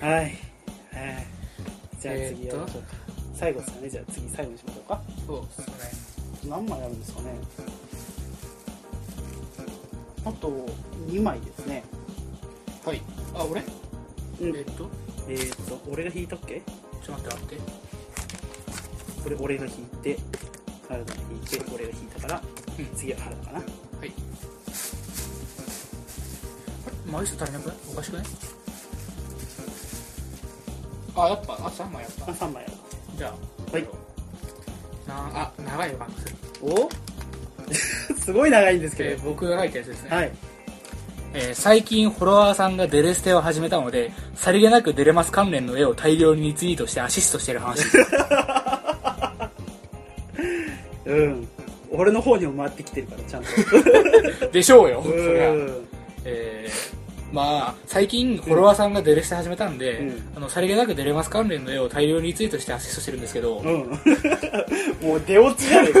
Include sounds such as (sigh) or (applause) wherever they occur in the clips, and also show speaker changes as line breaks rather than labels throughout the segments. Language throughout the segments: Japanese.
はい、はい、じゃあ
え
次
ーっと
はちょっと最後ですかねじゃあ次最後にしましょうか
そうですね
何枚あるんですかねあと2枚ですね
はいあ俺
う
え
ん
ーっと
えーっと俺が引いたっけ
ちょっと待って待って
これ俺が引いて原田が引いて俺が引いたから、
うん
次は原田かな
はいあれ枚数足りなくないおかしくないあやっぱあ3枚やっ
あ
た
3枚ある
じゃあ
はい
なんあ長いワンです
お (laughs) すごい長いんですけど、
えー僕が書いたやつですね、
はい
えー最近フォロワーさんがデレステを始めたのでさりげなくデレマス関連の絵を大量にリツイートしてアシストしてる
(laughs)
話です
うん俺の方にも回ってきてるからち (laughs) ゃんと
でしょうよ
う
そりゃ
ーん (laughs)
えーまあ最近フォロワーさんがデレステ始めたんで、
う
あのさりげなくデレマス関連の絵を大量にリツイートしてアシストしてるんですけど、
うんもう出落ちじゃねえか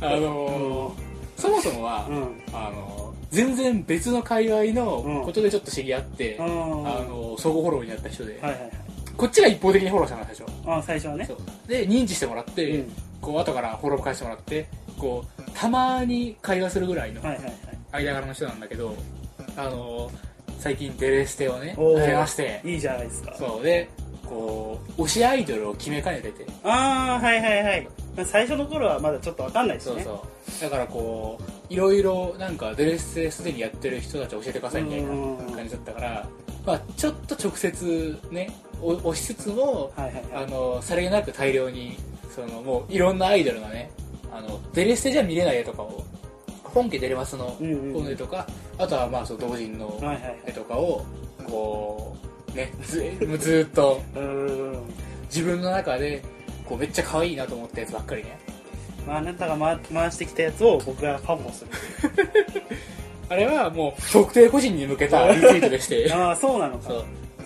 あのーそもそもは、
うん
あのー全然別の界隈のことでちょっと知り合って、
うん
あのー相互フォローになった人で、
はいはいはい
こっちが一方的にフォローしたの最初
あ最初はね
そうで認知してもらって、
うん
こう後からフォロー返してもらってこうたまに会話するぐらいの
はいはいはい
間柄の人なんだけど、あの最近デレステをね
おー
やりまして
いいじゃないですか
そうでこう推しアイドルを決めかねてて
ああはいはいはいまあ最初の頃はまだちょっとわかんないし
そう
ね
そうだからこういろいろなんかデレステすでにやってる人たち教えてくださいみたいな
うん
感じだったから、まあ、ちょっと直接ねお推しつつも
はいはいは
あ
い
のさりげなく大量にそのもういろんなアイドルがねあのデレステじゃ見れない絵とかを本家デレマスの
うんうんうん
この絵とか、あとはまあその同人の
はいはいはい
絵とかをこうね
(laughs)
ずずーっと
うーん
自分の中でこうめっちゃ可愛いなと思ったやつばっかりね
まああなたが回回してきたやつを僕がファン
(laughs)
ボする
あれはもう特定個人に向け (laughs) たリツイートでして
ああそうなのか
そう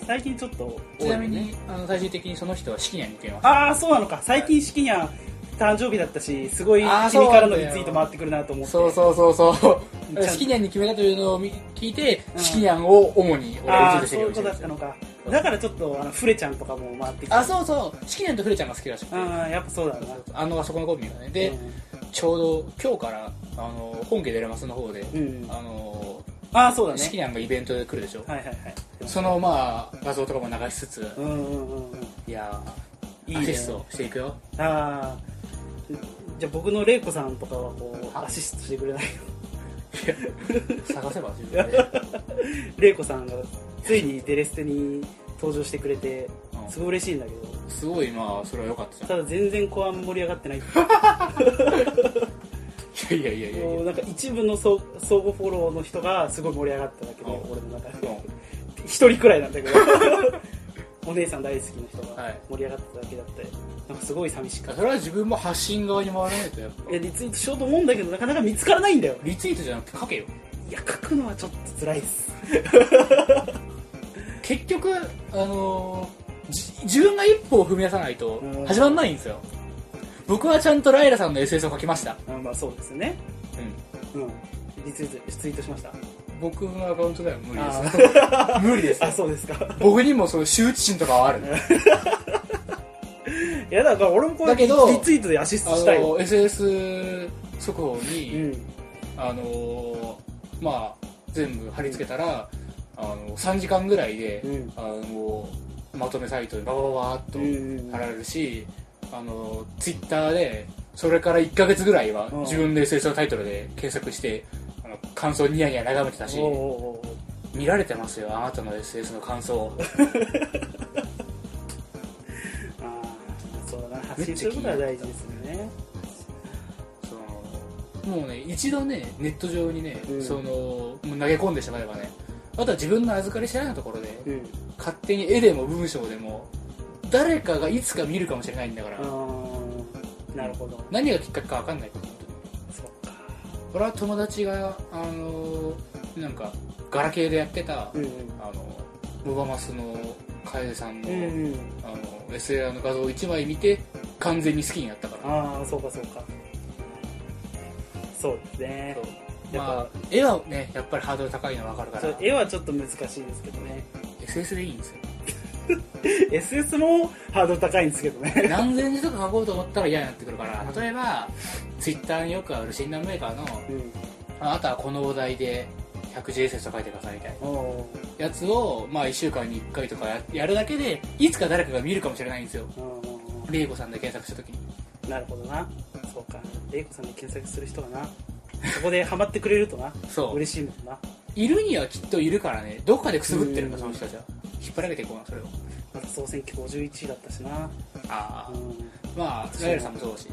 最近ちょっと
ちなみにあの最終的にその人は式には似ています
ああそうなのか最近式にゃ誕生日だったしすごい
あー
君から
そうな
の
んだ
リ
よ
ツイート回ってくるなと思って
そうそうそうそう
ちゃんと
(laughs) シキニャンに決めたというのを見聞いて、
うん
シキニャンを主に俺はリツイ
あ
ー
あ
トして
そう
る
い
ように
うことだっ
して
た
る
のかだからちょっとあのフレちゃんとかも回ってきて
あそうそうシキニャンとフレちゃんが好きらしくて
ああやっぱそうだろうな
あのあそこのコンビがねで、ちょうど今日からあの本家デレマスの方で、
うん、うん
あの
ああそうだね
シキニャンがイベントで来るでしょ、
はいはいはい
そのまあ画像とかも流しつつ、
うんうんうんうん
いやー
いいね
アシストしていくよ
ああじゃあ僕の玲子さんとかはこう
あ
アシストしてくれないよ
探せば自分で
玲子さんがついにデレステに登場してくれて
うん
すごい嬉しいんだけど
すごいまあそれは良かったじ
ただ全然こうあんま盛り上がってない
ゃんいやいやいやいやい
こ
や
うなんか一部の相相互フォローの人がすごい盛り上がっただけで
あ
俺の中
う
で
ん
一人くらいなんだけ
(laughs)
どお姉さん大好きな人
は
が
い
盛り上がっただけだってなんかすごい寂しかっ
それは自分も発信側に回らないとやっぱ
たいやリツイートしようと思うんだけどなかなか見つからないんだよ
リツイートじゃなくて書けよ
いや書くのはちょっと辛いです
結局あのーじ自分が一歩を踏み出さないと
うん
始まんないんですよ僕はちゃんとライラさんの SS を書きました、
あまあそうですよね
うん、
うんリツイートツイートしました
僕のアカウントでは無理
あ
です
ー
(laughs) 無理です
あそうですか
僕にもその羞恥心とかはあ (laughs) る
(laughs) いやだから俺もこう
だけど
リツイートでアシス
あ
トしたいよ
の SS 速報に、
うん
あのーまあ全部貼り付けたら、あの3時間ぐらいで、
うん
あのまとめサイトにババババーっと
うんうんうん
貼られるし、あのツイッターでそれから1ヶ月ぐらいは
うん
自分で清掃のタイトルで検索してあの感想ニヤニヤ眺めてたし
おうおうおう
見られてますよあなたの SS の感想
ああそうだな発信することが大事ですよね
そのもうね一度ねネット上にね、
うん
そのもう投げ込んでしまえばねあとは自分の預かり知らないところで、
うん
勝手に絵でも文章でも誰かがいつか見るかもしれないんだから、
あーなるほど
何がきっかけか分かんないから本当に
そっか
俺は友達があのーなんかガラケーでやってた、
うん
あのモバマスの楓さんの,、
うんうん
あの SLR の画像を1枚見て完全に好きになったから
ああそうかそうかそうですね
そう
やっぱ
まあ絵はねやっぱりハードル高いの分かるか
ちょ
ら
絵はちょっと難しいですけどね
SLR SS でいいんですよ (laughs)
SS もハードル高いんですけどね。
何千字とか書こうと思ったら嫌になってくるから例えばツイッターによくある診断メーカーの
うん。
あなたはこのお題で 100JSS と書いてくださいみたいな
お
やつを、まあ、1週間に1回とかややるだけでいつか誰かが見るかもしれないんですよ
ー
レイコさんで検索した時に
なるほどな。そうか。レイコさんで検索する人がな、そこでハマってくれるとな、
そう
嬉しいもんな。
いるにはきっといるからねどっかでくすぶってるんだ
うん
その人たちは引っ張られていこうなそれを
また総選挙51位だったしな。
あ
うん
あまあライルさんもそうだし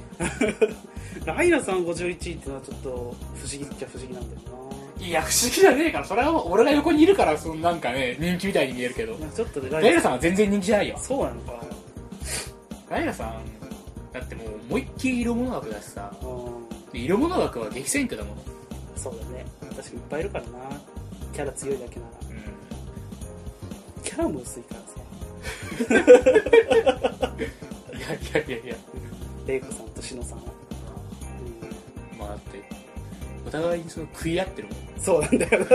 ライラさん51位ってのはちょっと不思議っちゃ不思議なんだよ
いや不思議じゃねえからそれはもう俺が横にいるからそのなんかね人気みたいに見えるけど
な。まあちょっとねラ
ライルさんは全然人気じゃないよ
そうなのか。
ライラさんだってもう思いっきり色物学だしさ
うん。
で色物学は激戦区だもん、
そうだね。確かにいっぱいいるからな。キャラ強いだけなら。
う
キャラも薄いから
ん、いやいやい
さ。
やいや
レイコさんとシノさんは。
まあだってお互いにその食い合ってるもん、
うん、そうなんだよな。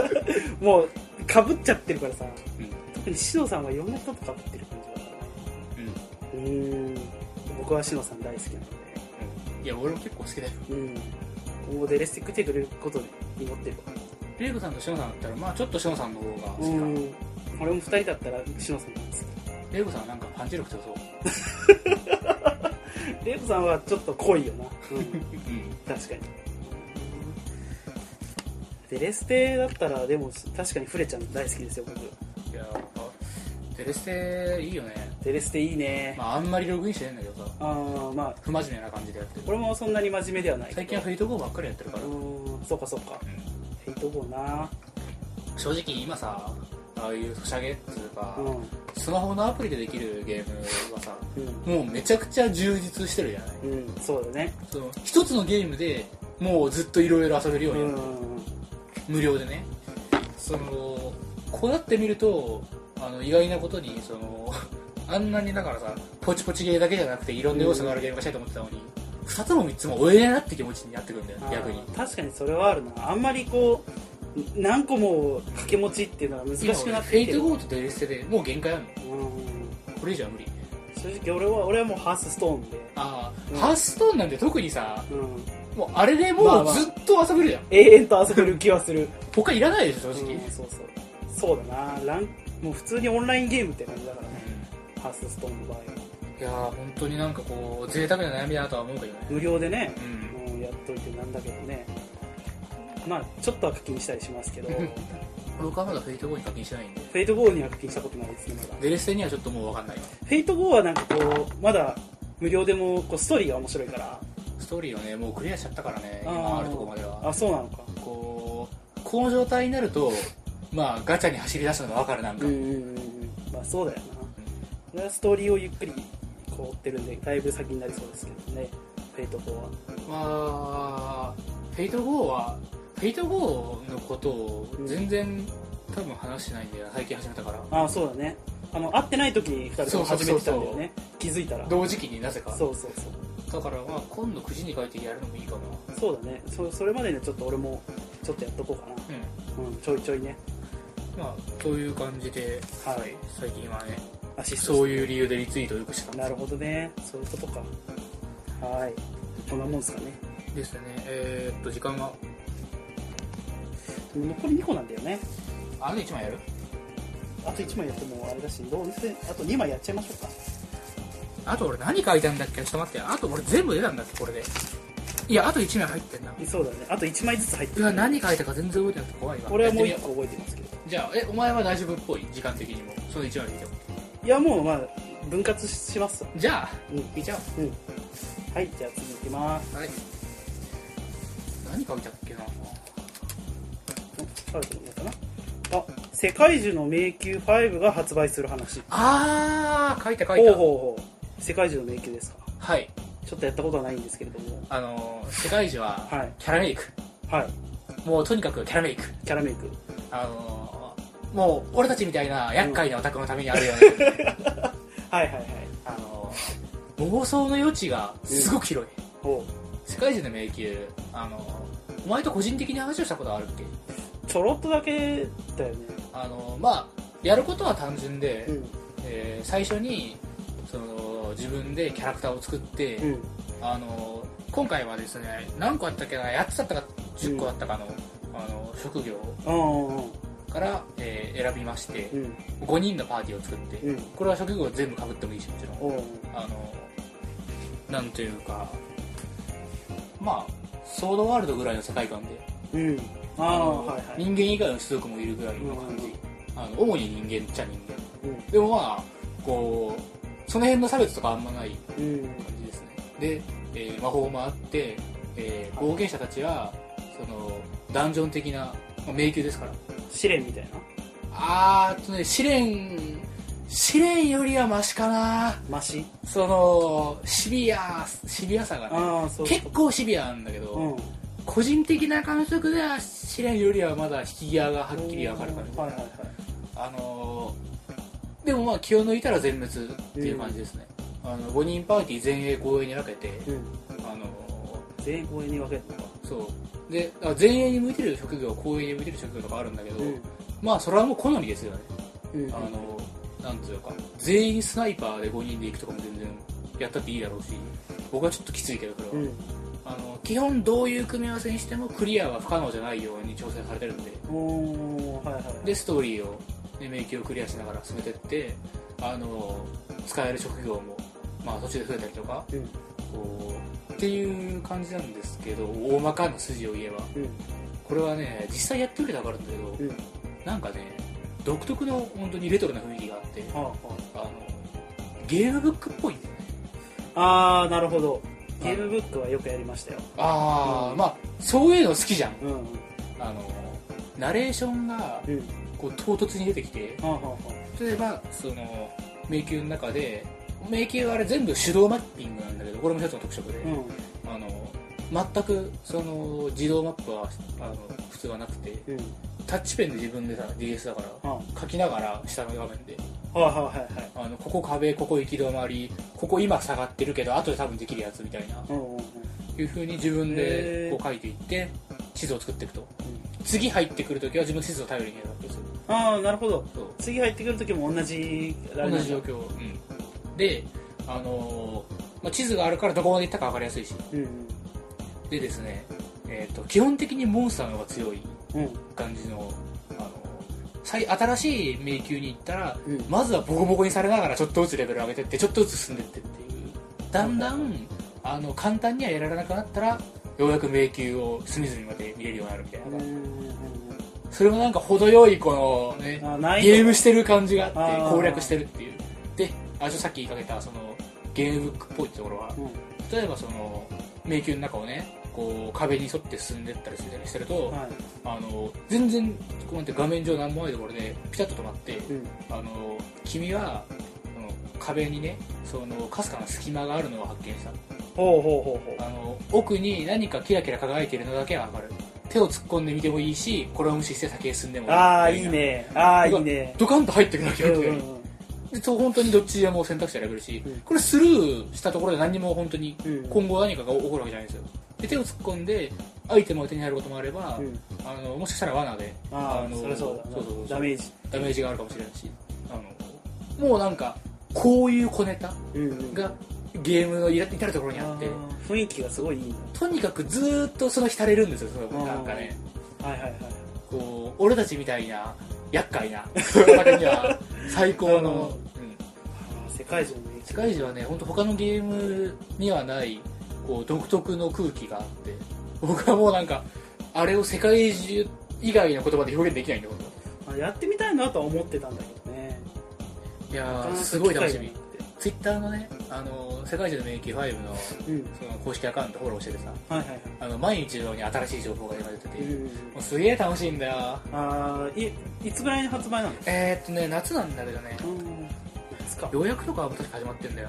もう、かぶっちゃってるからさ。
うん
特にシノさんはいろんな人とかぶってる感じだからね。うーん。僕はシノさん大好きなので。
いや俺も結構好きだよ
うん。今後デレスティックてくれることに祈ってるわ。
レイコさんとシノさんだったらまあちょっとシノさんの方が好
う。
きかなん
俺も二人だったらシノさんなんです
レイコさんはなんかパンチ力強そう
レイコさんはちょっと濃いよな。うん。
う
確かに。デレステだったら、でも確かにフレちゃん大好きですよ、僕。
んいやテレステいいよね
デレステいいね。
まああんまりログインしてないんだけどさ
あーまあ、
不真面目な感じでやってる
俺もそんなに真面目ではないけど。
最近はフェイトゴーばっかりやってるから、
うーん、そうかそうか。
う
ヘイトゴーな。
ん正直今さああいうソシャゲっつうか、
うん。
スマホのアプリでできるゲームはさ
うん。
もうめちゃくちゃ充実してるじゃない
うん、そうだね。
その一つのゲームでもうずっといろいろ遊べるよ
う
うになる、
ん。
無料でねそのこうやって見るとあの意外なことにその (laughs) あんなにだからさポチポチゲーだけじゃなくていろんな要素があるゲームがしたいと思ってたのに、二2つも3つも追えないなって気持ちになってくるんだよね逆に
あー確かにそれはあるな。あんまりこう、何個も掛け持ちっていうのは難
今
しく
俺
なっ
フェ
てき
イ
て
ト
る。
ゴーとデレステでもう限界あるの
うん。
これ以上は無理
正直俺は、俺はもうハースストーンで。
ああ、
うん
ハースストーンなんて特にさ
うん。
もうあれで
ま
も
あま
う
あ
ずっと遊べるじゃん、
永遠と遊べる気はする。
他いらないでしょ正直、
うんそうそうそうだなランもう普通にオンラインゲームって感じだからねハースストーンの場合はい
やー本当になんかこう贅沢な悩みだなとは思うけどね
無料でね
う、ん
うん、やっといてなんだけどねまあちょっとは課金したりします
(laughs)
けどフ
僕はまだフェイトゴーに課金してないんで
ェイトゴーには課金したことないですねまだ
デレステにはちょっともう分かんないわ
フェイトゴーはなんかこうまだ無料でもこうストーリーが面白いから
ストーリーをねもうクリアしちゃったからね
ー
今あるとこまでは
あそうなのか
こうこの状態になるとまあガチャに走り出すのが分かるなん
う
か、
んうんうんうんまあそうだよな俺はストーリーをゆっくりこう追ってるんでだいぶ先になりそうですけどねフェイトゴーは
まあフェイトゴーはフェイトゴーのことを全然多分話してないんだよ最近始めたから
ああそうだねあの会ってない時に2人とも始めてたんだよね気づいたら
同時期になぜか
そうそうそう
だからまあ今度9時に書いてやるのもいいかな
そうだねそそれまでにはちょっと俺もちょっとやっとこうかな
うん
うんちょいちょいね
まあ、そういう感じで、
はい
最近はね、
アシスト
そういう理由でリツイートをよくしてたんです
なるほどねそういうことかはいこんなもんですかね
ですね。えー、っと、時間は、
残り2個なんだよね
あと1枚やる
あと1枚やってもあれだしどうせあと2枚やっちゃいましょうか
あと俺何書いたんだっけちょっと待って。あと俺全部出たんだっけこれで。いや、あと1枚入ってんな。
そうだねあと1枚ずつ入って
うわ、何書いたか全然覚えてなくて怖いわ。
俺はもう
やっ
1
てみよ
個覚えてますけど
うじゃあ、え、お前は大丈夫っぽい時間的にも。その1枚見ても。
いやもうまあ分割しますわ
じゃあ、
うん
見ちゃ
うんはいじゃあ次行きます
う。はい。何書いたっけな
あると思うかなあ世界中の迷宮5が発売する話
あー、書いた書い
ほうほう
た。
ほう世界中の迷宮ですか
はい。
ちょっとやったことはないんですけれども
あのー、世界樹は
はい、
キャラメイク。
はい
もうとにかくキャラメイク。
キャラメイク
あのーもう俺たちみたいな厄介なオタクのためにあるよね、
はいはいはい
あのー妄想の余地がすごく広い、
ほ
世界中の迷宮あのーお前と個人的に話をしたことあるっけ
うちょろっとだけだよね
あのーまあやることは単純で、
うん
えー最初にその自分でキャラクターを作って、
うん
あの今回はですね何個あったっけな8つだったか10個あったかの,、あの職業
うん
から、えー選びまして
う、ん
5人のパーティーを作って、
うん
これは職業全部かぶってもいいしもちろん
うん
あのなんというかまあソードワールドぐらいの世界観で
うんあ
あ
あ
の
はいはい
人間以外の種族もいるぐらいの感じ、あの主に人間っちゃ人間でもまあこうその辺の差別とかあんまない感
うんうん
じですねで、えー魔法もあって、えー冒険者たちはそのダンジョン的な、まあ迷宮ですから
試練みたいな
あーっとね試練試練よりはマシかな
マシ
そのシビアシビアさがね
ああそう
結構シビアなんだけど、
うん
個人的な感触では試練よりはまだ引き際がはっきり分かるから、
はいはいはい
あのーでもまあ気を抜いたら全滅っていう感じですね、あの5人パーティー全英後衛に分けて、
うん
あの
全公演に分けるのか
ーそうであ前衛に向いてる職業後衛に向いてる職業とかあるんだけど、
うん
まあそれはもう好みですよね、
うん
あのーなんつうか全員スナイパーで5人で行くとかも全然やったっていいだろうし僕はちょっときついけどそれは、
うん
あの基本どういう組み合わせにしてもクリアは不可能じゃないように調整されてるんで
おーはいはい
でストーリーを、ね、迷宮をクリアしながら進めてってあの使える職業も、まあ、途中で増えたりとか
うん
こうっていう感じなんですけど大まかな筋を言えば
うん
これはね実際やってみると分かるんだけど
うん
なんかね独特の本当にレトロな雰囲気があって
はあは
あのゲームブックっぽいんだよね
ああーなるほどゲームブックはよくやりましたよ
ああ、
うん
まあそういうの好きじゃん
うん
あのナレーションが
うん
こう唐突に出てきて
はあはあは
例えばその迷宮の中で迷宮はあれ全部手動マッピングなんだけどこれも一つの特色で、
あうん
あの全くその自動マップはあの普通はなくて
うん
タッチペンで自分でさ DS だから
は
書きながら下の画面で
あはいはいはいはい
あのここ壁ここ行き止まりここ今下がってるけど後で多分できるやつみたいな
うんうんうん
いう風に自分で
へー
こう書いていって地図を作っていくと次入ってくるときは自分の地図を頼りにやるわけですよ
ああなるほど
そう
次入ってくる時も同じライン
同じ状況、で、あのーまあ、地図があるからどこまで行ったか分かりやすいし
うんうん
でですね、えー、と基本的にモンスターの方が強い
うん
感じの、あのー最新しい迷宮に行ったら、
うん
まずはボコボコにされながらちょっとずつレベル上げてってちょっとずつ進んでってっていうだんだんあの簡単にはやられなくなったらようやく迷宮を隅々まで見れるようになるみたいな、それもなんか程よいこのね
あ難易度
ゲームしてる感じがあっ
あ
て
ー
攻略してるっていうであちょさっき言いかけたそのゲームブックっぽいところは
うん
例えばその迷宮の中をねこう壁に沿って進んでったりするじゃないしてると、
はい
あの全然こうなんて画面上何もないところでピタッと止まって、
うん
あの君はその壁にねそのかすかな隙間があるのを発見した
ほうほうほうほ
あの奥に何かキラキラ輝いてるのだけは分かる手を突っ込んでみてもいいしこれを無視して先へ進んでもいうい
ああ
みた
いい
な
ねああいいね
ドカンと入ってくるわけ
うん
よ、
うん
でそう本当にどっちでも選択肢選べるし、
うん
これスルーしたところで何にも本当に
うん
今後何かが起こるわけじゃないんですよで手を突っ込んでアイテムを手に入ることもあれば、
うん
あのもしかしたら罠で
ああ
の
そりゃそうだ
そうそうそう
なダメージ
ダメージがあるかもしれないしあのもうなんかこういう小ネタ
うんうん
がゲームの至るところにあ
あ
っ
ってて雰囲気がすごいいい
とにかくずーっとその浸れるんですよその
うん
なんかね
なはいはいはい
こう俺たちみたいな厄介
(laughs)
な人だけには最高の、うん
あー世界中の影
世
響
界中はね本当他のゲームにはないこう独特の空気があって僕はもうなんかあれを世界中以外の言葉で表現できないんだよ本
あやってみたいなとは思ってたんだけどね
当いや
なかな
ー
か
すごい
機会
楽
が
し
な
み
くて
Twitter のねあの世界中の迷宮5の
うん
その公式アカウントフォローしててさ
はいはいはい
あの毎日のように新しい情報が今出てて、も
うん
うすげえ楽しいんだよ
ああいいつぐらいに発売なの
えー、っとね夏なんだけどね
うん夏か
予約とかは確か始まってんだよ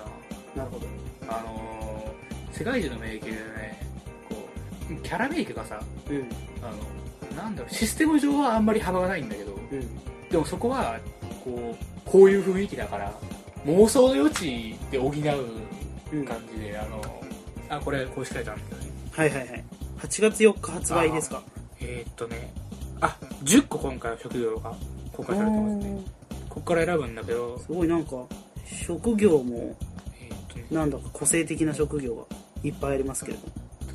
なるほど
あのー、世界中の迷宮でねこうキャラメイクがさ
うん
あのなんだろうシステム上はあんまり幅がないんだけど
うん
でもそこはこうこういう雰囲気だから妄想の余地で補う
うん
感じで、あのあこれ公式書いてあるんだけどね
はいはいはい8月4日発売ですか
えー、っとねあ10個今回は職業が公開されてますねこっから選ぶんだけど、
すごいなんか職業も
えーっとね
なんだか個性的な職業がいっぱいありますけれど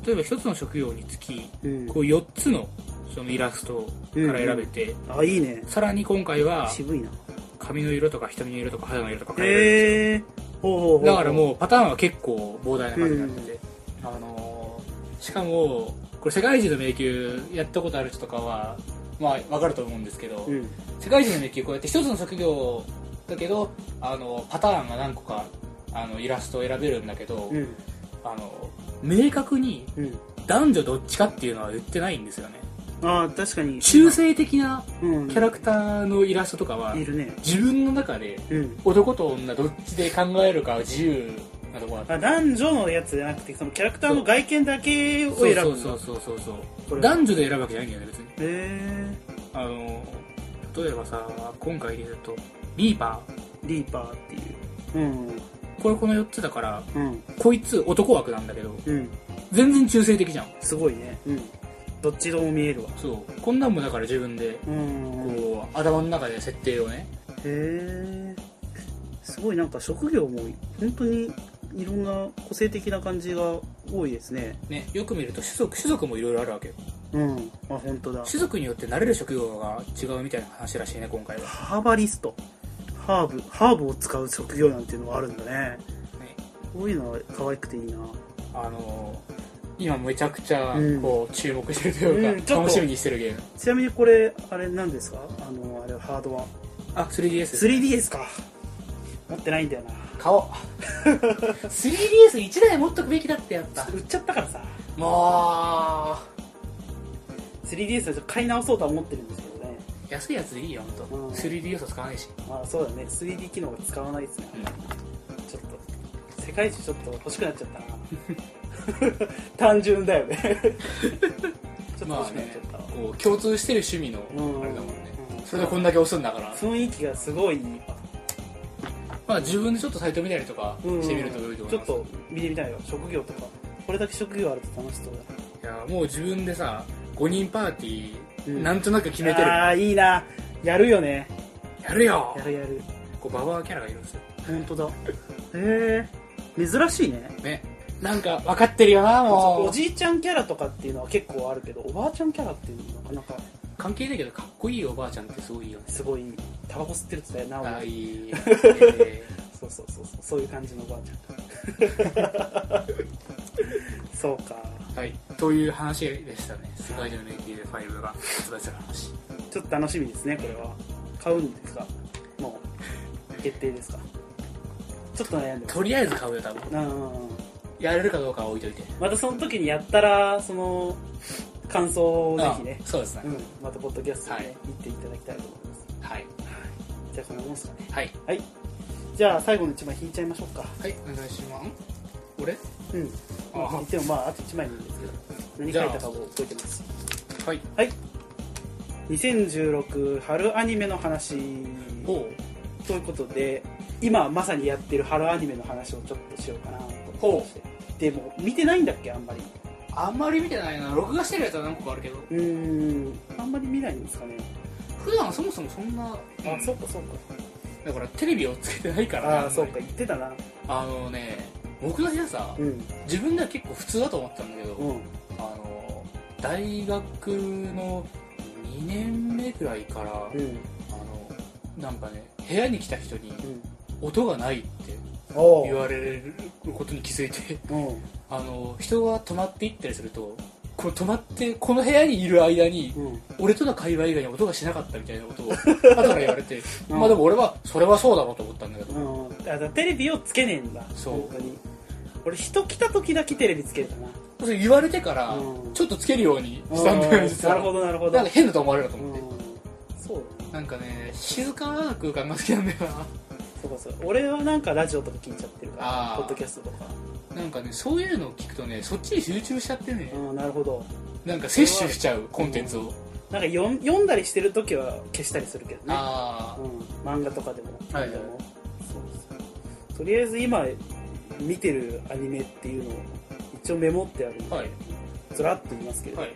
例えば一つの職業につき、
うん
こう4つのそのイラストから選べて、
あいいね
さらに今回は
渋いな
髪の色とか瞳の色とか肌の色とか変えられる
へえー、ほうほうほう
だからもうパターンは結構膨大な感じになってて、あのーしかもこれ世界中の迷宮やったことある人とかはまあわかると思うんですけど、
うん
世界中の迷宮こうやって一つの職業だけどあのパターンが何個かあのイラストを選べるんだけど、
うん
あの明確に
うん
男女どっちかっていうのは言ってないんですよね
ああ確かに
中性的な
うん
キャラクターのイラストとかはい
るね
自分の中で
うん
男と女どっちで考えるかは自由なとこあって
あ男女のやつじゃなくてそのキャラクターの外見だけを選ぶ
そうそううそうそうそう
これ
男女で選ぶわけじゃないんだよね別に
へえ
あの例えばさ今回で言うとリーパ
ー、リーパーっていううん
ーこれこの4つだから
うん
こいつ男枠なんだけど
うん
全然中性的じゃん
すごいねうんどっちでも見えるわ
そうこんなんもだから自分で
うんへ
こう頭の中で設定をね
えすごいなんか職業も本当にいろんな個性的な感じが多いですね
ねよく見ると種族種族もいろいろあるわけよ
うんあ本当だ
種族によって慣れる職業が違うみたいな話らしいね今回は、
ハーバリストハーブハーブを使う職業なんていうのがあるんだね
ね、
こういうのは可愛くていいな
あの今めちゃくちゃ
うん
こう注目してるという
うんち
か、
ょっと
楽しみにしてるゲーム
ちなみにこれあれ何ですかあのあれハードは
あ 3DS
3DS か持ってないんだよな
買おう 3DS1 台持っとくべきだってやった
売っちゃったからさ
も
3DS はちょっと買い直そうとは思ってるんですけどね
う安いやつでいいよほんと
うん
3DS は使わないし、
まあそうだね 3D 機能が使わないですねちょっと世界一ちょっと欲しくなっちゃったな
(laughs)
単純だよねちょっと
ま
欲
あ
しくなっ
ね
ちゃったわ、
こう共通してる趣味のあれだもんね、
うん
それでこんだけ押すんだから、
雰囲気がすごい
まあ、自分でちょっとサイト見たりとか
うん
してみると良いと思
ち
い
ょ
ま
っ
す、
と見てみたいよ職業とかこれだけ職業あると楽しそうだ
いやもう自分でさ5人パーティー、
うん
なんとなく決めてる
あ
や
あいいなやるよね
るよ
やるやる
こうババアキャラがいるんですよ
本当だへえ珍しいね
ねなんか分かってるよなもう
おじいちゃんキャラとかっていうのは結構あるけどおばあちゃんキャラっていうのはなかなか
関係ないけどかっこいいおばあちゃんってすごいよね
すごいタバコ吸ってるってだよなお
あ
前
あいい、
(laughs) そうそうそうそうそういう感じのおばあちゃん (laughs) そうか
はいという話でしたね世界中の ATL5 が発売する話
ちょっと楽しみですねこれは買うんですかもう決定ですかちょっと悩んでます
とりあえず買うよ多分
うん
やれるかどうかは置いといて
またその時にやったらその感想をぜひね
あそうですね
う、ん、またポッドキャストで、ね
はい
言っていただきたいと思います
はい
じゃあこんなもんですかね
はい
はいじゃあ最後の1枚引いちゃいましょうか
はいお願いしますん俺
うん
あ
まあ、でもまああと1枚なんですけど何書いたかも覚えてます
はい
はい2016春アニメの話
おう
ということで今まさにやってる春アニメの話をちょっとしようかなと思いましてでも見てないんだっけあんまり
あんまり見てないな録画してるやつは何個かあるけど
うーんあんまり見ないんですかね
普段そもそもそんな
あそっかそっ
だからテレビをつけてないか
から
ね
あ
んま
あ
り
そっか言ってたな
あのね僕の部屋さ
うん
自分では結構普通だと思ってたんだけど、
うん
あの大学の2年目くらいから、あ
うん
のなんかね部屋に来た人に
うん
音がないって
お
言われることに気づいて (laughs)
お
あの人が泊まっていったりするとこの泊まってこの部屋にいる間に
うんうん
俺との会話以外に音がしなかったみたいな
(laughs)
ことを後から言われて、
うん
まあでも俺はそれはそうだろうと思ったんだけど、
うん、だからテレビをつけねえんだ
そう
本当に俺人来た時だけテレビつけるかな
それ言われてから
うん
ちょっとつけるようにしたんだよ
うん
実
な
は
るほどなるほど
なんか変だと思われると
う
思
ん
って、
そうだね
なんかね静かな空間が好きなんだよな
そうかそうか俺はなんかラジオとか聞いちゃってるか
あ
ら
ー
ポッドキャストとか
なんかねそういうのを聞くとねそっちに集中しちゃってね、
うんなるほど
なんか摂取しちゃうコンテンツを、
なんか読ん読んだりしてる時は消したりするけどね
あ
うん漫画とかでも
はいはい
でもそうそうとりあえず今見てるアニメっていうのを一応メモってあるんで、
はい
ずらっと言いますけ
あ
ど、
はい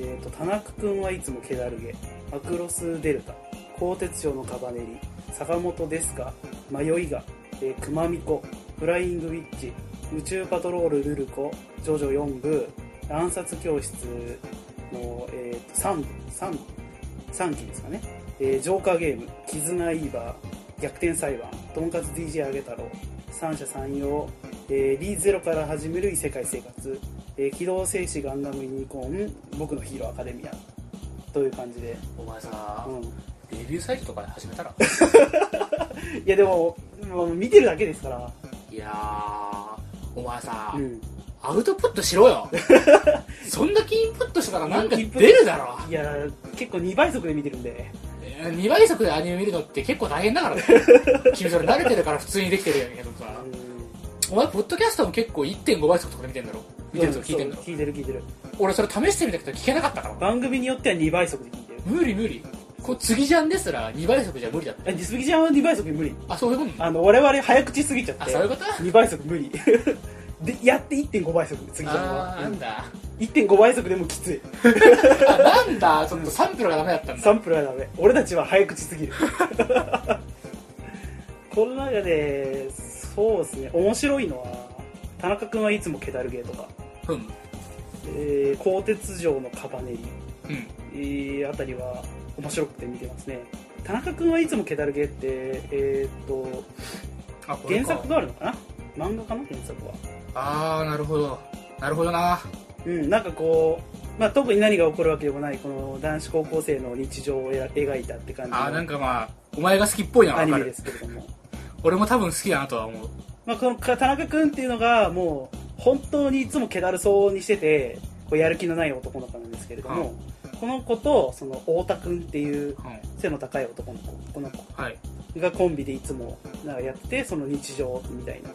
えー、と田中君はいつもけだるげアクロスデルタ鋼鉄城のカバネリ坂本ですが迷いが、えー、熊巫女フライングウィッチ宇宙パトロールルルコジョジョ4部暗殺教室の、えー、と3部3部3期ですかね、えージョーカーゲーム絆イーバー逆転裁判とんかつ DJ あげ太郎三者三様、えーリーゼロから始める異世界生活、えー機動戦士ガンダムユニコーン僕のヒーローアカデミアという感じで、
お前さ、
うん、
レビューサイトとかで始めたら
いやでも、まあ見てるだけですから、
いやーお前さ、
うん、
アウトプットしろ (laughs) よそんだけインプットしたらなんか
イ
出
ンプット
るだろ
いや結構2倍速で見てるんで
2倍速でアニメ見るのって結構大変だ (laughs) からね君それ慣れてるから普通にできてるよねけど
う
さ
ん
お前ポッドキャストも結構1.5倍速とかで見てんだろ見てると
うん
か聞いてんだろ
そう聞いてる聞いてる
俺それ試してみたけど聞けなかったから
番組によっては2倍速で聞いてる
無理無理こう次じゃんですら2倍速じゃ無理だって
え杉ちゃんは2倍速無理
あそういうことなの
あの我々早口すぎちゃって
あそういうこと
2倍速無理 (laughs) でやって1.5倍速杉ちゃん
あー
は
な
うん
んだ
1.5倍速でもきつい
あなんだちょっとサンプルがダメだったんだ
サンプルはダメ俺たちは早口すぎるこの中でそうですね面白いのは田中君はいつもケダルゲーとか、
うん
えー、鋼鉄城のカバネリ
うん
えーあたりは面白くて見てますね田中君はいつもケダルゲーってえーっと
あこれ
原
か
作があるのかな漫画かな原作は
ああなるほどなるほどな
うんなんかこう、まあ、特に何が起こるわけでもないこの男子高校生の日常を描いたって感じ
あーなん
の
かまあお前が好きっぽいのは
ア
わ
ニ
か
メで
る
すけれども
俺も多分好きだなとは思う
まあ、この田中君っていうのがもう本当にいつもけだるそうにしててこうやる気のない男の子なんですけれども、この子とその太田君ってい
う
う
ん
背の高い男の子この子
はい
がコンビでいつもなんかやっててその日常みたいな
う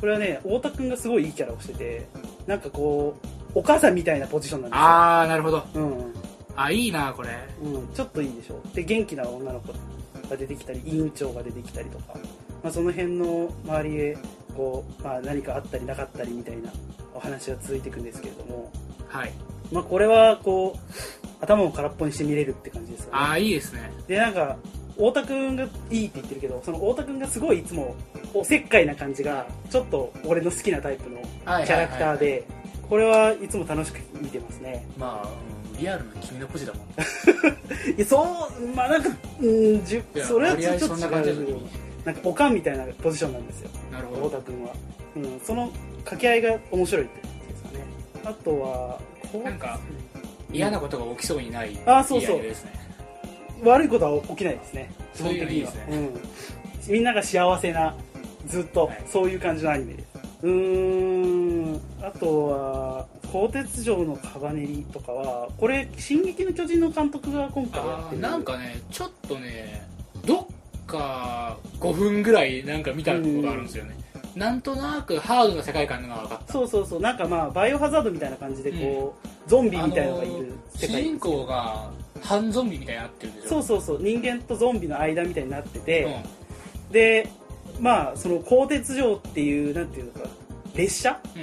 これはね太田君がすごいいいキャラをしててなんかこうお母さんみたいなポジションな
ん
んですよ
ああなるほど
うん
あいいなこれ
うん、ちょっといいでしょで元気な女の子が出てきたり委員長が出てきたりとか、まあ、その辺の周りへこう、まあ、何かあったりなかったりみたいなお話が続いていくんですけれども、
はい
まあ、これはこう頭を空っぽにして見れるって感じですよ
あ
ね
あいいですね
でなんか太田君がいいって言ってるけどその太田君がすごいいつもおせっかいな感じがちょっと俺の好きなタイプのキ
はいはいはいはい
ャラクターでこれはいつも楽しく見てますね
まあ、うんリアルな君のポジだもん
いやそうまあなんかうんじゅ
いや
それは
割
ちょ
合
っと
そんな感じ
違
だ
う
と
けど
思
なんかおかんみたいなポジションなんですよ
うなる
太
ほど
田君は、うん、その掛け合いが面白いって感じですかねあとはこう
なんか嫌なことが起きそうにない
あーそうそ
いいア
う
ニメですね
悪いことは起きないですね
そういうのいいですね
基本的にはうん、みんなが幸せなずっと
はい
そういう感じのアニメですうーんあとは「鋼鉄城のカバネリ」とかはこれ「進撃の巨人」の監督が今回や
あ
って
ー
る
なんかねちょっとねどっか5分ぐらいなんか見たことがあるんですよねなんとなくハードな世界観が分かった
そうそうそうなんかまあバイオハザードみたいな感じでこう、ゾンビみたいなのがいる
あの
世
主
界
人公が半ゾンビみたいになってるんですよ
そううそうそう人間とゾンビの間みたいになって
ん
て、でまあその鋼鉄城っていうなんていうのか列車
うん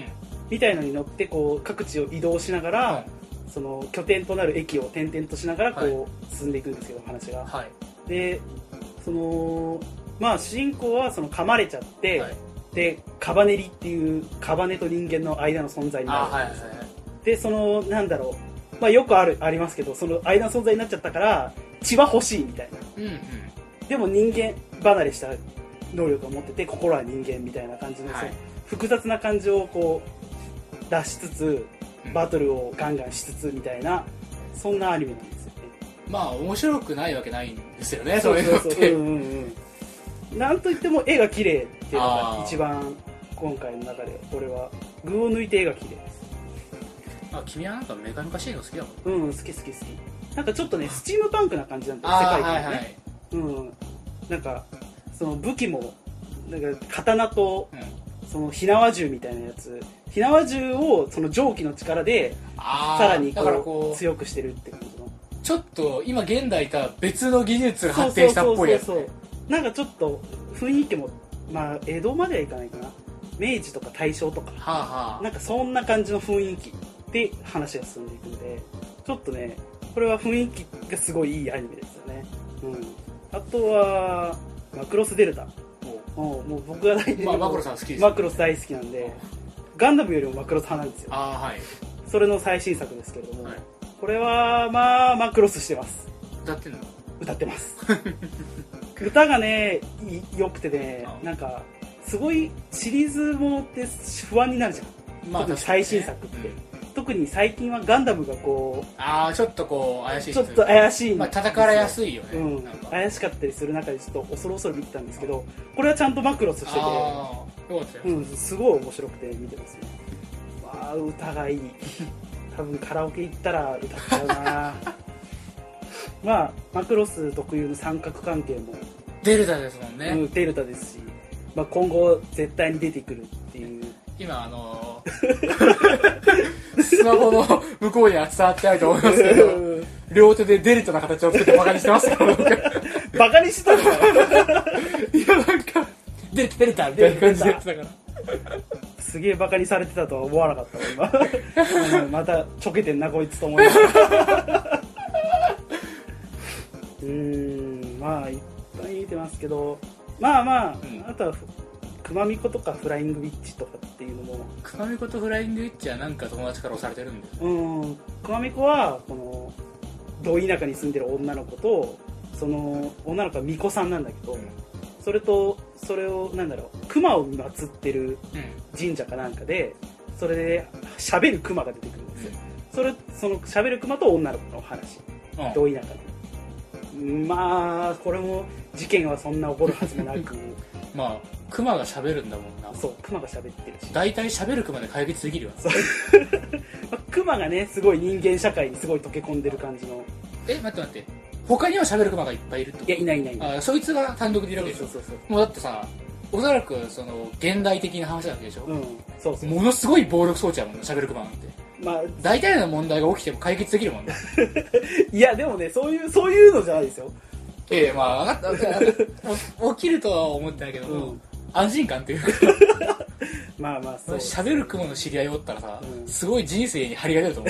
みたいのに乗ってこう各地を移動しながら、その拠点となる駅を転々としながらこう進んでいくんですけど、話が
はい
でそのまあ主人公はその噛まれちゃって、
はい
でカバネリっていうカバネと人間の間の存在にな
あ
る
はいはい
でそのなんだろうまあよくあるありますけどその間の存在になっちゃったから血は欲しいみたいな
うんうん
でも人間離れした能力を持ってて心は人間みたいな感じの、
はい
その複雑な感情をこう出しつつ
うん
バトルをガンガンしつつみたいなそんなアニメなんですよね
まあ面白くないわけないんですよねそういうのっ
そう
て
うんうんうんなんといっても絵が綺麗っていうの
あー
が一番今回の中で俺は群を抜いて絵が綺麗です
あ君はなんかメカニカしいの好きだもん
うんうん好き好き好きなんかちょっとねスチームパンクな感じなんだよ世
あ
界
ー
観
は
ね、
いはい
うんなんかその武器もなんか刀と
うん
その火縄銃みたいなやつ火縄銃をその蒸気の力で
あー
さらに
だから
こ
こ
う
う
強くしてるって感じの
ちょっと今現代とは別の技術が発展したっぽいやつ
そうそうそうそうなんかちょっと雰囲気もまあ江戸まではいかないかな明治とか大正とか
はあは
なんかそんな感じの雰囲気で話が進んでいくんでちょっとねこれは雰囲気がすごいいいアニメですよねうんあとは、マクロスデルタ。
も
もうもう僕が大
う
好き
まあ、マクロさん好きです
マクロス大好きなんで、ガンダムよりもマクロス派なんですよ。
ああはい、
それの最新作ですけれども、
はい、
これは、まあ、マクロスしてます。
歌ってんの
歌っ
(laughs)
てます。歌がね、い良くてね、なんか、すごいシリーズもって不安になるじゃん。
まあ
特に最新作って
うん
特に最近はガンダムがこ
ああちょっとこう怪し
う、
い
ちょっと怪しいん
まあ
ですよ
叩かれやすいよね、
うん
なん、か
怪しかったりする中でちょっと恐る恐る見てたんですけど、これはちゃんとマクロスしてて、
ああよかったよ、
うん、すごい面白くて見てますね。まあ、歌がいい。多分カラオケ行ったら歌っちゃうなまあ、マクロス特有の三角関係も、
デルタですもんね、
うん、デルタですし、まあ、今後絶対に出てくるっていう。
今あのースマホの向こうには伝わってないと思いますけど両手でデルタの形を作ってバカにしてますから僕
バカにしてたのかよ
いやなんかデルタデルタみたいな感じでやって
(laughs)
たから
すげえバカにされてたとは思わなかったわ
(laughs)
今うんまたちょけてんなこいつと思いながらうーんまあいっぱい見てますけどまあまあ、
うん
あとはくまみことかフライングウィッチとかっていうのも
クマミコとフライングウィッチはなんか友達から押されてるんだよ
うんくまみこはこのど田舎に住んでる女の子とその女の子は巫女さんなんだけど、それとそれをなんだろう熊を祀ってる
うん
神社かなんかでそれで喋る熊が出てくるんですよ、それその喋る熊と女の子の話
うん
同意なかまあこれも事件はそんな起こるはずもな
(laughs)
く
まあクマが喋るんだもんな
そう熊が喋ってるし、
大体喋るクマで解決できるわ
まあ、熊がねすごい人間社会にすごい溶け込んでる感じの
え待って待って他には喋るクマがいっぱいいるってこ
いやいないいないい
と
ない
あーそいつが単独でいる
そ
わ
う
けでし
そ
ょ
うそうそう
もうだってさおそらくその現代的な話なわけでしょ、
うんそうそう
ものすごい暴力装置やもんね、喋るクマなんて。
まあ
大体の問題が起きても解決できるもんね。
いやでもねそういうそういうのじゃないですよ、
ええ、まあ、分か (laughs) った分かった。起きるとは思ってないけど、
うん
安心感っていうか、
まあまあそう
喋るクマの知り合いおったらさ、
うん
すごい人生に張りが出ると思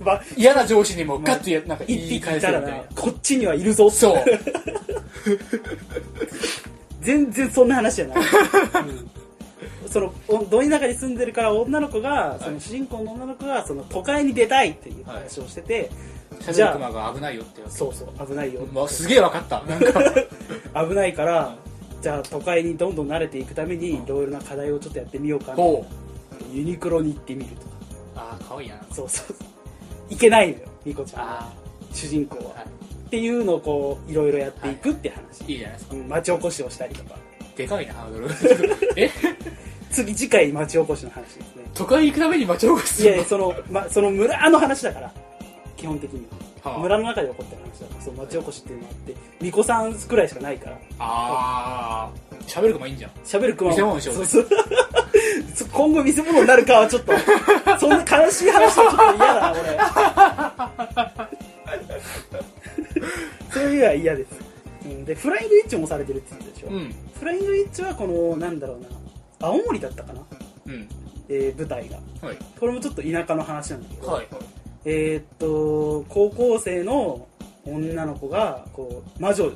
う。
まあ
嫌な上司にもガッとやなんか
一
言い
匹
返
い
せ
た
る
ら
みたい
な
な。
こっちにはいるぞ
そう。
全然そんな話じゃ (laughs) ない、うんそのおど田舎に住んでるから女の子がその主人公の女の子がその都会に出たいっていう話をしてて、じ
喋
ゃ
る
あ
クマが危ないよってやつ。
そうそう危ないよ、
まあ、すげえ分かった。なん (laughs) か、
危ないからじゃあ都会にどんどん慣れていくためにいろいろな課題をちょっとやってみようかな
こう。
ユニクロに行ってみるとか
ああ、かわいいな。
そうそうそういけないのよニコちゃんは
あ
主人公
あ、
は、
は
っていうのをこういろいろやっていくって話、
い。いいじゃないですか。
うん町おこしをしたりとか
でかいな、ハードル。 (laughs) え
次次回町おこしの話ですね
都会行くために町おこしす
いや
る
いやその、ま、その村の話だから基本的に
のはあ
村の中で起こった話だからその町おこしっていうのがあって巫女さんくらいしかないから
ああ喋るかもいいんじゃん
喋るクマ
見せ物でしょ
そうそう (laughs) そう今後見せ物になるかはちょっとそんな悲しい話はちょっと嫌だ俺 (laughs) そういうのは嫌です、うん、でフライングイッチもされてるって言ってたでしょ、
うん
フライングイッチはこのなんだろうな青森だったかな、
うん
えー舞台が
はい
これもちょっと田舎の話なんだけど、
はい
えーっと高校生の女の子がこう魔女
うん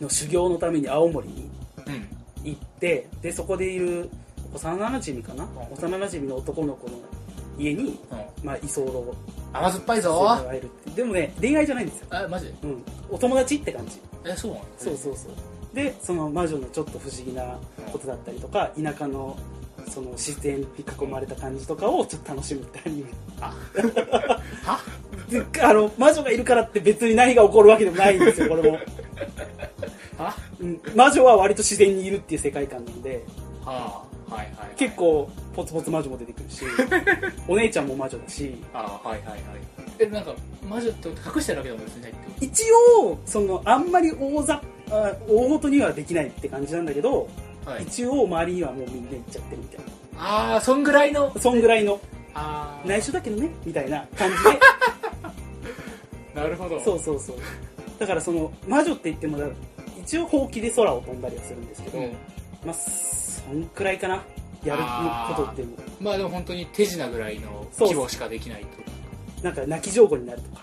の修行のために青森に
うん
行ってでそこでいる幼なじみかな
うん
幼なじみの男の子の家に、
うん
まあ、居候を
甘酸っぱい
しても
ぞ
らえるってでもね恋愛じゃないんですよ、
あマジで
うん、お友達って感じ
えそうなの
そうそうそうでその魔女のちょっと不思議なことだったりとか田舎のその自然に囲まれた感じとかをちょっと楽しむってアニメ
(laughs) は
であの魔女がいるからって別に何が起こるわけでもないんですよこ
(laughs)
れも、
は
うん、魔女は割と自然にいるっていう世界観なんで
はあはいはいはい
結構ポツポツ魔女も出てく
(laughs)
るしお姉ちゃんも魔女だし
ああはいはいはいえなんか魔女って隠してるわけでも別にないって
一応そのあんまり大ざあ大ごとにはできないって感じなんだけど、
はい
一応周りにはもうみんな行っちゃってるみたいな
ああそんぐらいの
そんぐらいの
ああ
内緒だけどねみたいな感じ
(laughs)
で
なるほど
そうそうそうだからその魔女って言ってもだ一応ほうきで空を飛んだりはするんですけど、
うん
まあそんくらいかなやることっても
まあでも本当に手品ぐらいの
そう
規模しかできないと (laughs)
なんか泣き上手になるとか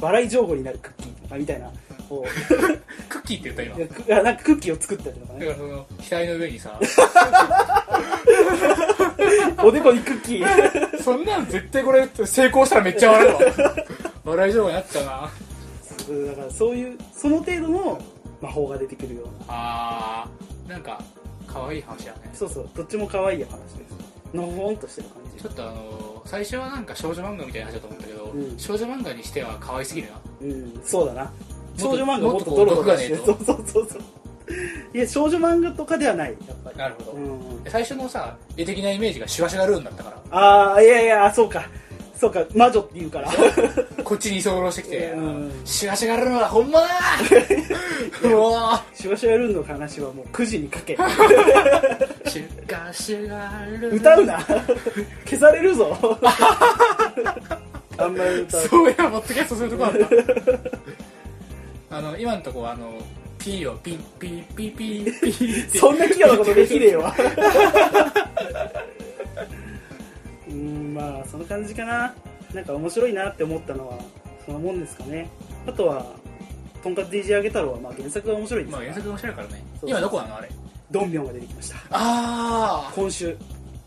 笑い上手になるクッキーとかみたいなこう
クッキーって言った今
いやく (laughs) いやなんかクッキーを作ったりとか
だ
ね
からその額の上にさ (laughs)
おでこにクッキー
そんなん絶対これ成功したらめっちゃ笑う
(laughs)
わ笑い上手になったな
そうだからそういうその程度の魔法が出てくるような
あーなんか可愛い話やね
そうそうどっちも可愛い話ですのほほんとしてる感
ちょっとあの最初はなんか少女漫画みたいな話だと思ったけど、
うん
少女漫画にしては可愛すぎるな
じうんそうだな
と
少女漫画
も
も
っと
っと
こう
ドロドロしてるそ
毒
うそうそうそういや少女漫画とかではないやっぱり
なるほど
うんうん
最初のさ絵的なイメージがシュワシュワルーンだったか
ああいやいやそうかそうか魔女って言
(laughs)
うから
らこっちに居候してきて、
うん
シュワシュワルーンはほんまだー
(laughs)
うわ
シュワシュワルーンの話はもう9時にかけ
ーシュガシュガルーン
歌うな消されるぞあんまり歌う
そういや、ポッドキャストするとこあった。あの、今のとこは、あの、ピーをピンピーピーピーピーって。
そんな器用なことできねえわうーんまあその感じかななんか面白いなって思ったのはそのもんですかねあとは「とんかつ DJ あげ太郎は」まあ、原作が面白いです
まあ
から
原作面白いからね。
そう
今どこなのあれ。
ドンミョンが出てきました
あ
今週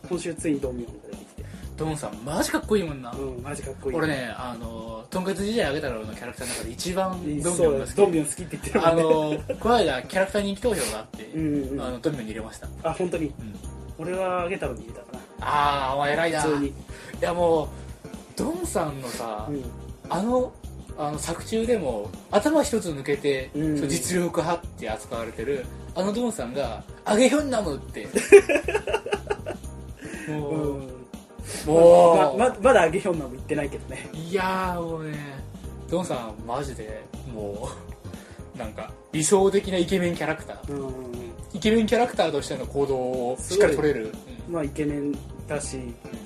今週ついにドンミョンが出てきて
ー、ドンさん、マジかっこいいもんな。
うんマジかっこいい
俺ね、あの、とんかつ DJ あげたろうのキャラクターの中で一番
いい
ドン
そう
ミョン
だ
が
ね
好
ド
き
ン。ミョン好きって言ってるも
あ
んね
の、この間、キャラクター人気投票があって、
うんうん
あの、ドンミョンに入れました。
あ本当に
うん。
俺はあげたのに入れたか
あー、お前偉い
な
な。
普通
い
に
や、もう、ドンさんのさ、あのあの作中でも頭一つ抜けて、
うん
そう実力派って扱われてるあのドンさんが「あげひょんなむ」って
(laughs)
も
う
う、
ん、うん
もう、
まままだあげひょんなんも言ってないけどね
いやーもうねドンさんマジでもうなんか理想的なイケメンキャラクター
うん
イケメンキャラクターとしての行動をしっかり取れる、うん
まあイケメンだし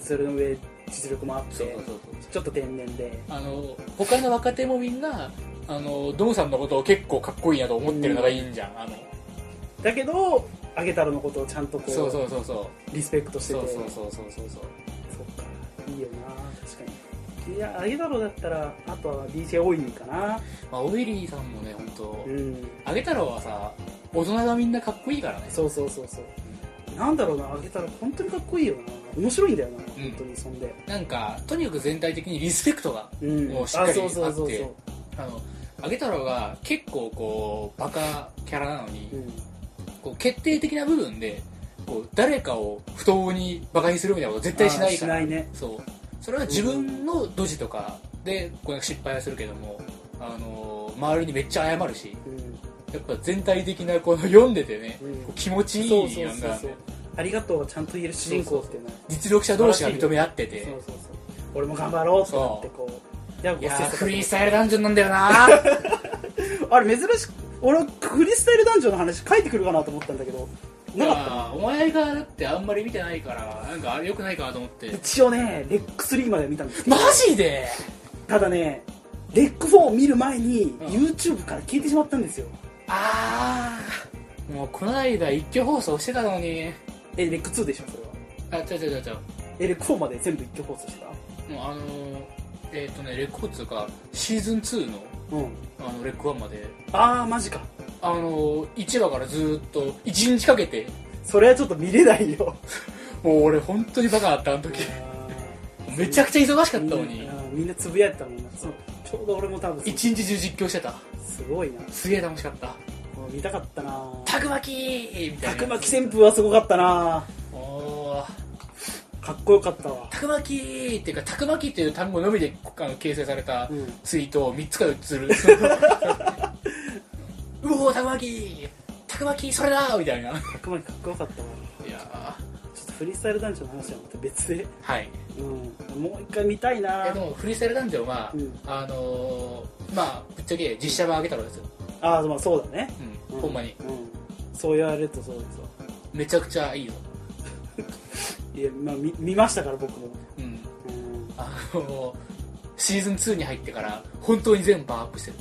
それの上実力もあって
そうそうそうそう
ちょっと天然で
あの他の若手もみんなあのドンさんのことを結構かっこいいなと思ってるのがいいんじゃん、あの
だけどあげたろのことをちゃんとこう
そうそうそうそう
リスペクトして
そう
て
そうそうそうそうそう
そっかいいよな確かにいやあげ太郎だったらあとは DJ オイリーかな
まあオイリーさんもね本当
うん
あげ太郎はさ大人がみんなかっこいいからね
そうそうそうそうなんだろうなあげたら本当にかっこいいよな面白いんだよな本当にそんで
なんかとにかく全体的にリスペクトが
うん
もうしっかり
あそうそうそ
あっ
うそう
あのあげ太郎が結構こうバカキャラなのに、
うん
こう決定的な部分でこう誰かを不当にバカにするみたいなこと絶対しないから
あーしないね
そうそれは自分のドジとかでこう失敗はするけどもあの周りにめっちゃ謝るし
うん
やっぱ全体的なこの読んでてね、
うん
こう気持ちい
そう
い
そう
なん
そ
だ
うそうありがとうをちゃんと言える主人公っていうのは
実力者同士が認め合ってて
そうそうそう俺も頑張ろうってなってこういや
いや
こう
ー
切磋
フ
琢
リー
磨
スタイルダンジョンなんだよなー
あれ珍しく俺はフリースタイルダンジョンの話書いてくるかなと思ったんだけどなかっ
あーお前がだってあんまり見てないからなんかあれよくないかなと思って
た一応ねレック3までは見たんですけど
マジで
ただねレック4を見る前に
うん
YouTube から消えてしまったんですよ
ああもうこの間一挙放送してたのに
えレック2でしょそれは
あ違う違う違う違う
えレック4まで全部一挙放送して
もうあのーえっ、とねレコードとかシーズン2の
たうん
あのレック1まで
ああマジか
あのー、1話からずーっと1日かけて
それはちょっと見れないよ
もう俺本当にバカだったあの時めちゃくちゃ忙しかったの
みん
に
なみんなつぶやいてたもんなそうちょうど俺も多分
一日中実況してた
すごいな
すげえ楽しかった
もう見たかったな
たくまきーみたいな
たくまき旋風はすごかったな
おー
かっこよかったわ
たくまきーっていうかたくまきっていう単語のみであの形成された
うん
ツイートを3つから映る
(laughs)
うおーたくまきーたくまきーそれだーみたいない
たくまきかっこよかったわ
や
ちょっとフリースタイルダンジョンの話はまた別で、
ーはい
うん、もう一回見たい
い
な
やでもフリースタイルダンジョンは、
うん
あのーまあぶっちゃけ実写版あげたろですよ、
ああまあそうだね、
う、
うんん、
ほんまに
うん、そう言われるとそうですわ
めちゃくちゃいいよ、
いや、まあ、見見ましたから僕も、
うん、
うん、
あのーシーズン2に入ってから本当に全部パワーアップしてる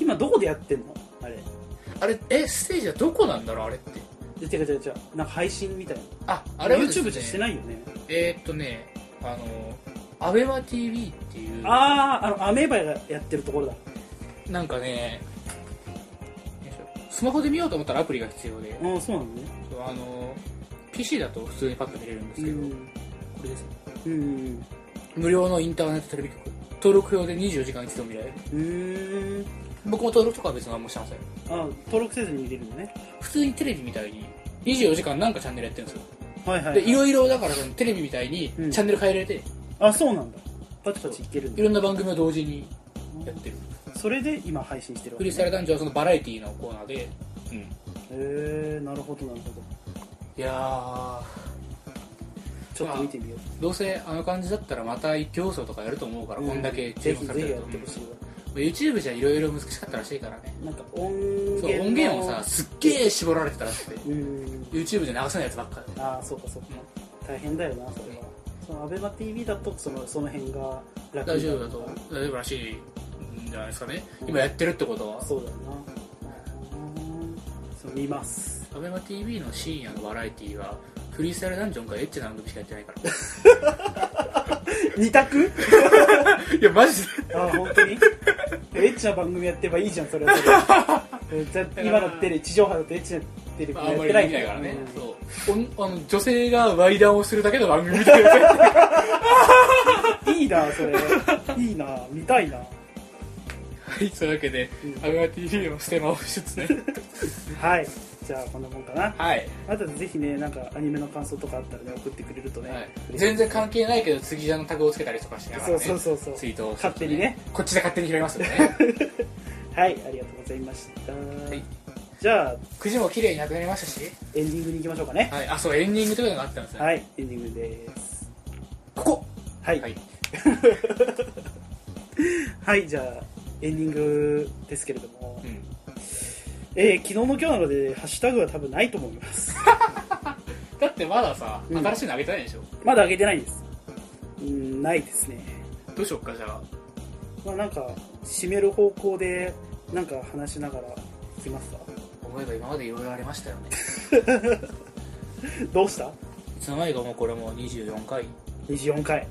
今どこでやってんのあれ
あれえステージはどこなんだろうあれって
で違う違う違うなんか配信みたいな
ああれはです
YouTube
ね
じゃしてないよね
えーっとねあのアベマ TV っていう
あああのアメーバがやってるところだ
なんかねスマホで見ようと思ったらアプリが必要で、
ああそうなのね
あの PC だと普通にパッと見れるんですけど、これですね
うんうん
無料のインターネットテレビ局登録用で24時間一度見られる
うんうん
僕も登録とかは別に何もしてません
あ登録せずに入れるのね
普通にテレビみたいに24時間なんかチャンネルやってるんですよ
はいはい、は
でいろいろだからそのテレビみたいにチ
うん
ャンネル変えられて、
あそうなんだパチパチいけるん
い
だ
ろんな番組を同時にやってる、
それで今配信してるわ
フ
け、
リー
ね、
スタイルダンジョンはそのバラエティーのコーナーで、い
へえなるほどなるほど
やー
ちょっと見てみよう
どうせあの感じだったらまた一競争とかやると思うから、こんだけ注
ぜひ
目さ
ぜ
れ
ひ
て
や
る
っ
と、
てほしいわ、
うん YouTube じゃいろいろ難しかったらしいからね
なんか音源
そう
の
音源をさすっげえ絞られてたらしくて
うん
YouTube じゃ流せないやつばっかで
ああそうかそうか大変だよなそれはそのアベマ t v だとそのその辺が楽
大
に
丈
なる
夫だと大丈夫らしいんじゃないですかね、
うん
今やってるってことは
そうだよなうんそう見ます (laughs)
アベマ t v の深夜のバラエティーはフリースタイルダンジョンかエッチな番組しかやってないから
二択
いやマジで
ああ本当にエッチな番組やってればいいじゃんそれはそ
(laughs)
れでえじゃあ今のテレビ地上波だとエッチなテレビ
ま
や
ああん
っ
ま
て
り
な
ないいからね、
うん
そうおんあの女性がワイダンをするだけの番組みたいな
いいなそれいいな見たいな
はいそういうわけで、
うん
アベマ t v のステマをしつつね
はいじゃあこんなもんかな
はい、
あとぜひねなんかアニメの感想とかあったらね送ってくれるとね、
はい、
嬉しい
全然関係ないけど次じゃのタグをつけたりとかしながら、
そ
ね、
うそうそうそう
ツイートをする
勝手にね
こっちで勝手に拾いますよ (laughs) ね
はいありがとうございました、
い
じゃあ
くじも綺麗になくなりましたし
エンディングに行きましょうかね
はい、あ、そう、エンディングというのがあったんですね。
はいエンディングです
ここ
はいは
はいい、。
じゃあエンディングですけれども、
うん。
えー昨日の今日なのでハッシュタグは多分ないと思います (laughs)
だってまださ、
うん
新しいのあげてないでしょ。
まだ上げてないですうんないですね
どうしよっか、じゃあ。
まあなんか締める方向でなんか話しながら行きますか
思えば今までいろいろありましたよね。
どうした
いつの間にかもうこれもう24回。い
?24 回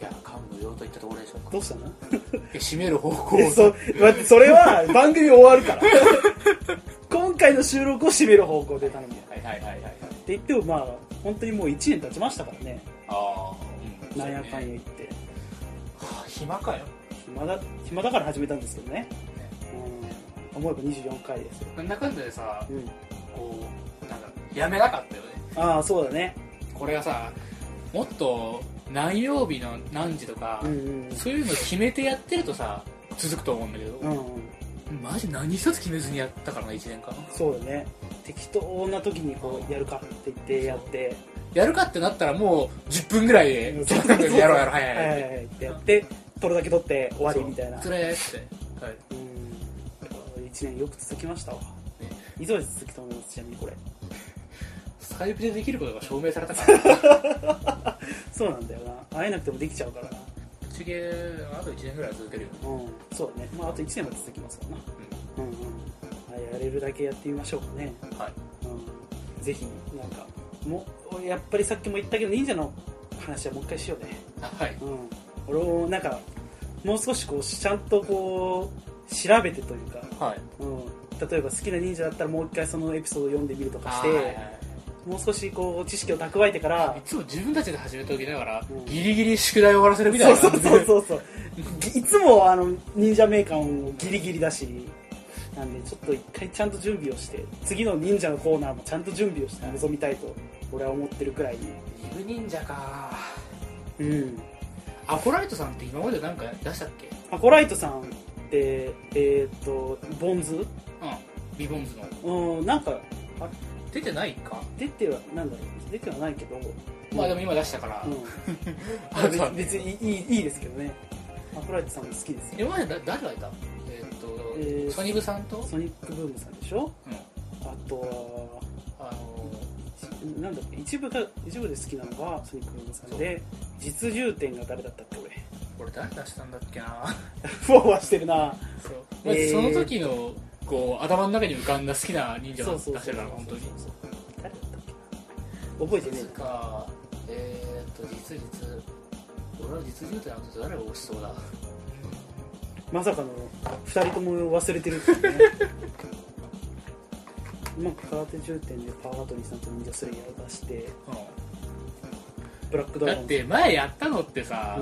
や、感無量といったところでしょうか。
どうしたの
え締める方向
えそ (laughs) 待ってそれは番組終わるから (laughs) 今回の収録を締める方向で頼むよっ
はいはいはいはいはい。
て言ってもまあ本当にもう1年経ちましたからね
ああ、うん。
なんやかんや
は
言って
あ暇かよ。
暇だ暇だから始めたんですけどねうん思えば24回ですよ、
なんだかんだでさ
う、ん、
こう、なんだろうやめなかったよね。
ああそうだね
これがさ、もっと何曜日の何時とか、
うんうん
そういうの決めてやってるとさ、続くと思うんだけど。
うん、うんうん、
マジ何一つ決めずにやったからな1年間
そうだね適当な時にこうやるかって言ってやって
やるかってなったらもう10分ぐらいで
うん
やろうやろう早
はいいは
早
い
い
はいってやって取るだけ取って終わりみたいな
それって、はい、
うん、1年よく続きましたわ、
ね
いつまで続くと思いますちなみにこれ
スカイプでできることが証明されたからぶっ
そうなんだよな会えなくてもできちゃうからな
ちゃけあと1年ぐらいは続けるよ、
うんそうだねまああと1年は続きますからな
う
うんうん、はい、やれるだけやってみましょうかね
ん、はい
うんぜひなんかもうやっぱりさっきも言ったけど忍者の話はもう一回しようね
あはい
うん俺もなんかもう少しこうちゃんとこう調べてというか、
はい
うん、例えば好きな忍者だったらもう一回そのエピソードを読んでみるとかし
あ
て、
ーはいはい
もう少しこう知識を蓄えてから
いつも自分たちで始めておきながら、
うん
ギリギリ宿題を終わらせるみたい
そう
な
そ
(laughs)
うそう
う
そうそうぎいつもあの忍者名鑑もギリギリだしなんでちょっと一回ちゃんと準備をして次の忍者のコーナーもちゃんと準備をして臨みたいと俺は思ってるくらいに
二部忍者か
うん
アコライトさんって今までなんか出したっけ
アコライトさんってえーっとボンズ
うんビボンズの
うんなんか
出てないか
出てはなんだろう出てはないけど
(laughs) まあでも今出したから、
う
あとは
ん、別にいいいいですけどねアコライトさんも好きですよ
今までだ誰がいたえーっと、
えー
ソニブさんと、
ソニックブームさんでしょ
うん
あとは
あの
なんだっけ一部が一部で好きなのがソニックブームさんで実重点が誰だったっけ
俺誰出したんだっけな
俺ふわふわしてるな
そう、まずその時のこう頭の中に浮かんだ好きな忍者
そ
を
うそう
出し
そ
て
う
るから本当に
誰だったっけな覚えてね
実
えな
かえーっと実実俺は実重点あと誰が押しそうだ (laughs)
まさかの二人とも忘れてるっていうねまく空手重点でパワーハトリーさんと忍者スレイヤーを出してブラック
うん
ド
だっ
ラゴン
て前やったのってさ、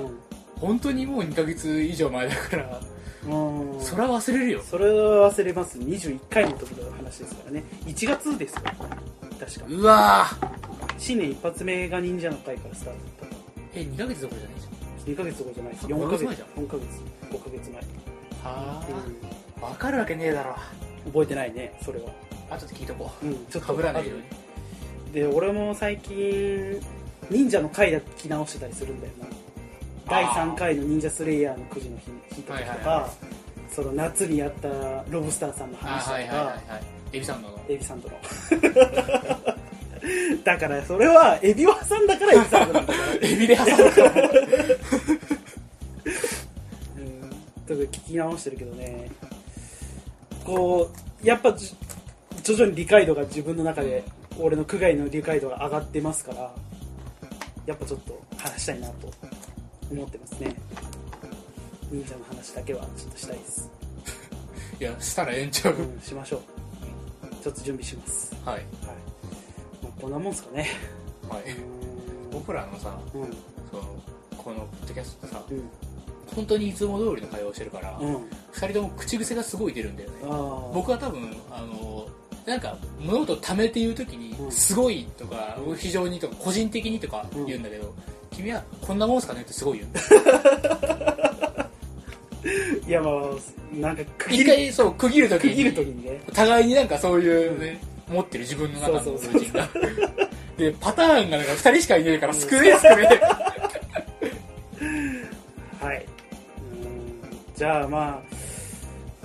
本当にもう2ヶ月以上前だから、
うん、うん
それは忘れるよ
それは忘れます21回の時の話ですからね1月ですよ確か
うわー
新年一発目が忍者の回からスタートだっ
え2ヶ月どころじゃないじ
た2ヶ月とかじゃないです
五
4
ヶ
ヶ
月
月
前じゃん
4ヶ月5ヶ月前、
ゃんは
うん
あ、分かるわけねえだろ
覚えてないねそれは
後で聞いとこ
うんち
う
ょっと
かぶらないように
で俺も最近忍者の回だけ聞き直してたりするんだよな第3回の忍者スレイヤーのくじの日聞いた時と
はい
か、
はいは
その夏にやったロブスターさんの
あ
話
はい
と
はいはい
か
はいエビさんの
エビサンドのだからそれはエビを挟んだからエビサンドなんだから
エビで挟むから
うんとか聞き直してるけどねこうやっぱじ徐々に理解度が自分の中で、俺の区外の理解度が上がってますからやっぱちょっと話したいなと思ってますね忍者の話だけはちょっとしたいです、
(laughs) いやしたらええんちゃう、
うん、しましょうちょっと準備します、
はい
はいまあ、こんなもんすかね
はい僕らのさ
うんうん
そのこのポッドキャストってさ
うん
本当にいつも通りの会話をしてるから、
うん
二人とも口癖がすごい出るんだよね
あー
僕は多分あのなんか物事をためて言う時に「
うん
すごい」とか
う
「
ん
非常に」とか「個人的に」とか言うんだけど、君は「こんなもんすかね」ってすごい言うんだよ
いやまあなんか区切
一
る
回そう区切る時
区切る
に
時にね
互いになんかそういうね、持ってる自分の中
そ
の
うそ
数
うそう
字がでパターンがなんか2人しかいないから少ねえ少
(laughs)
ねえ
はい。うーんじゃあまあ、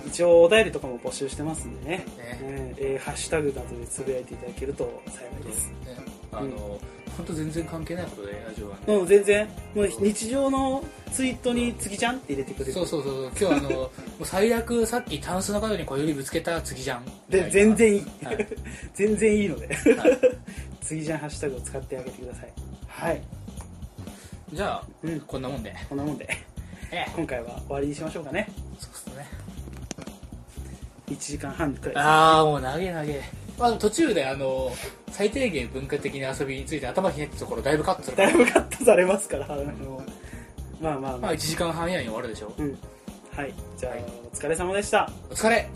一応お便りとかも募集してますんでね。
ね
うんえーハッシュタグなどでつぶやいていただけると幸いです。
ねあの、
うん
本当全然関係ないことでラジオはね、
うん、全然、もう日常のツイートに次ちゃんって入れてくれる。
そうそうそうそう今日あのもう最悪さっきタンスの角に小指ぶつけた次じゃん
で、全然いい。
はい、
(laughs) 全然いいので。 (laughs)
はい
次ちゃんハッシュタグを使ってあげてください。はい。
じゃあ、
うん
こんなもんで
こんなもんで、
ええ
今回は終わりにしましょうかね。
そうっすね
1時間半くらい。
ああもう投げ投げ、まあ、でも途中であの最低限文化的な遊びについて頭ひねったところだいぶカットするか
だ
ら
いぶカットされますから、あのまあまあま
まあ
あ。
1時間半以内に終わるでしょ
うん。はい。じゃあ、
はい
お疲れ様でした。
お疲れ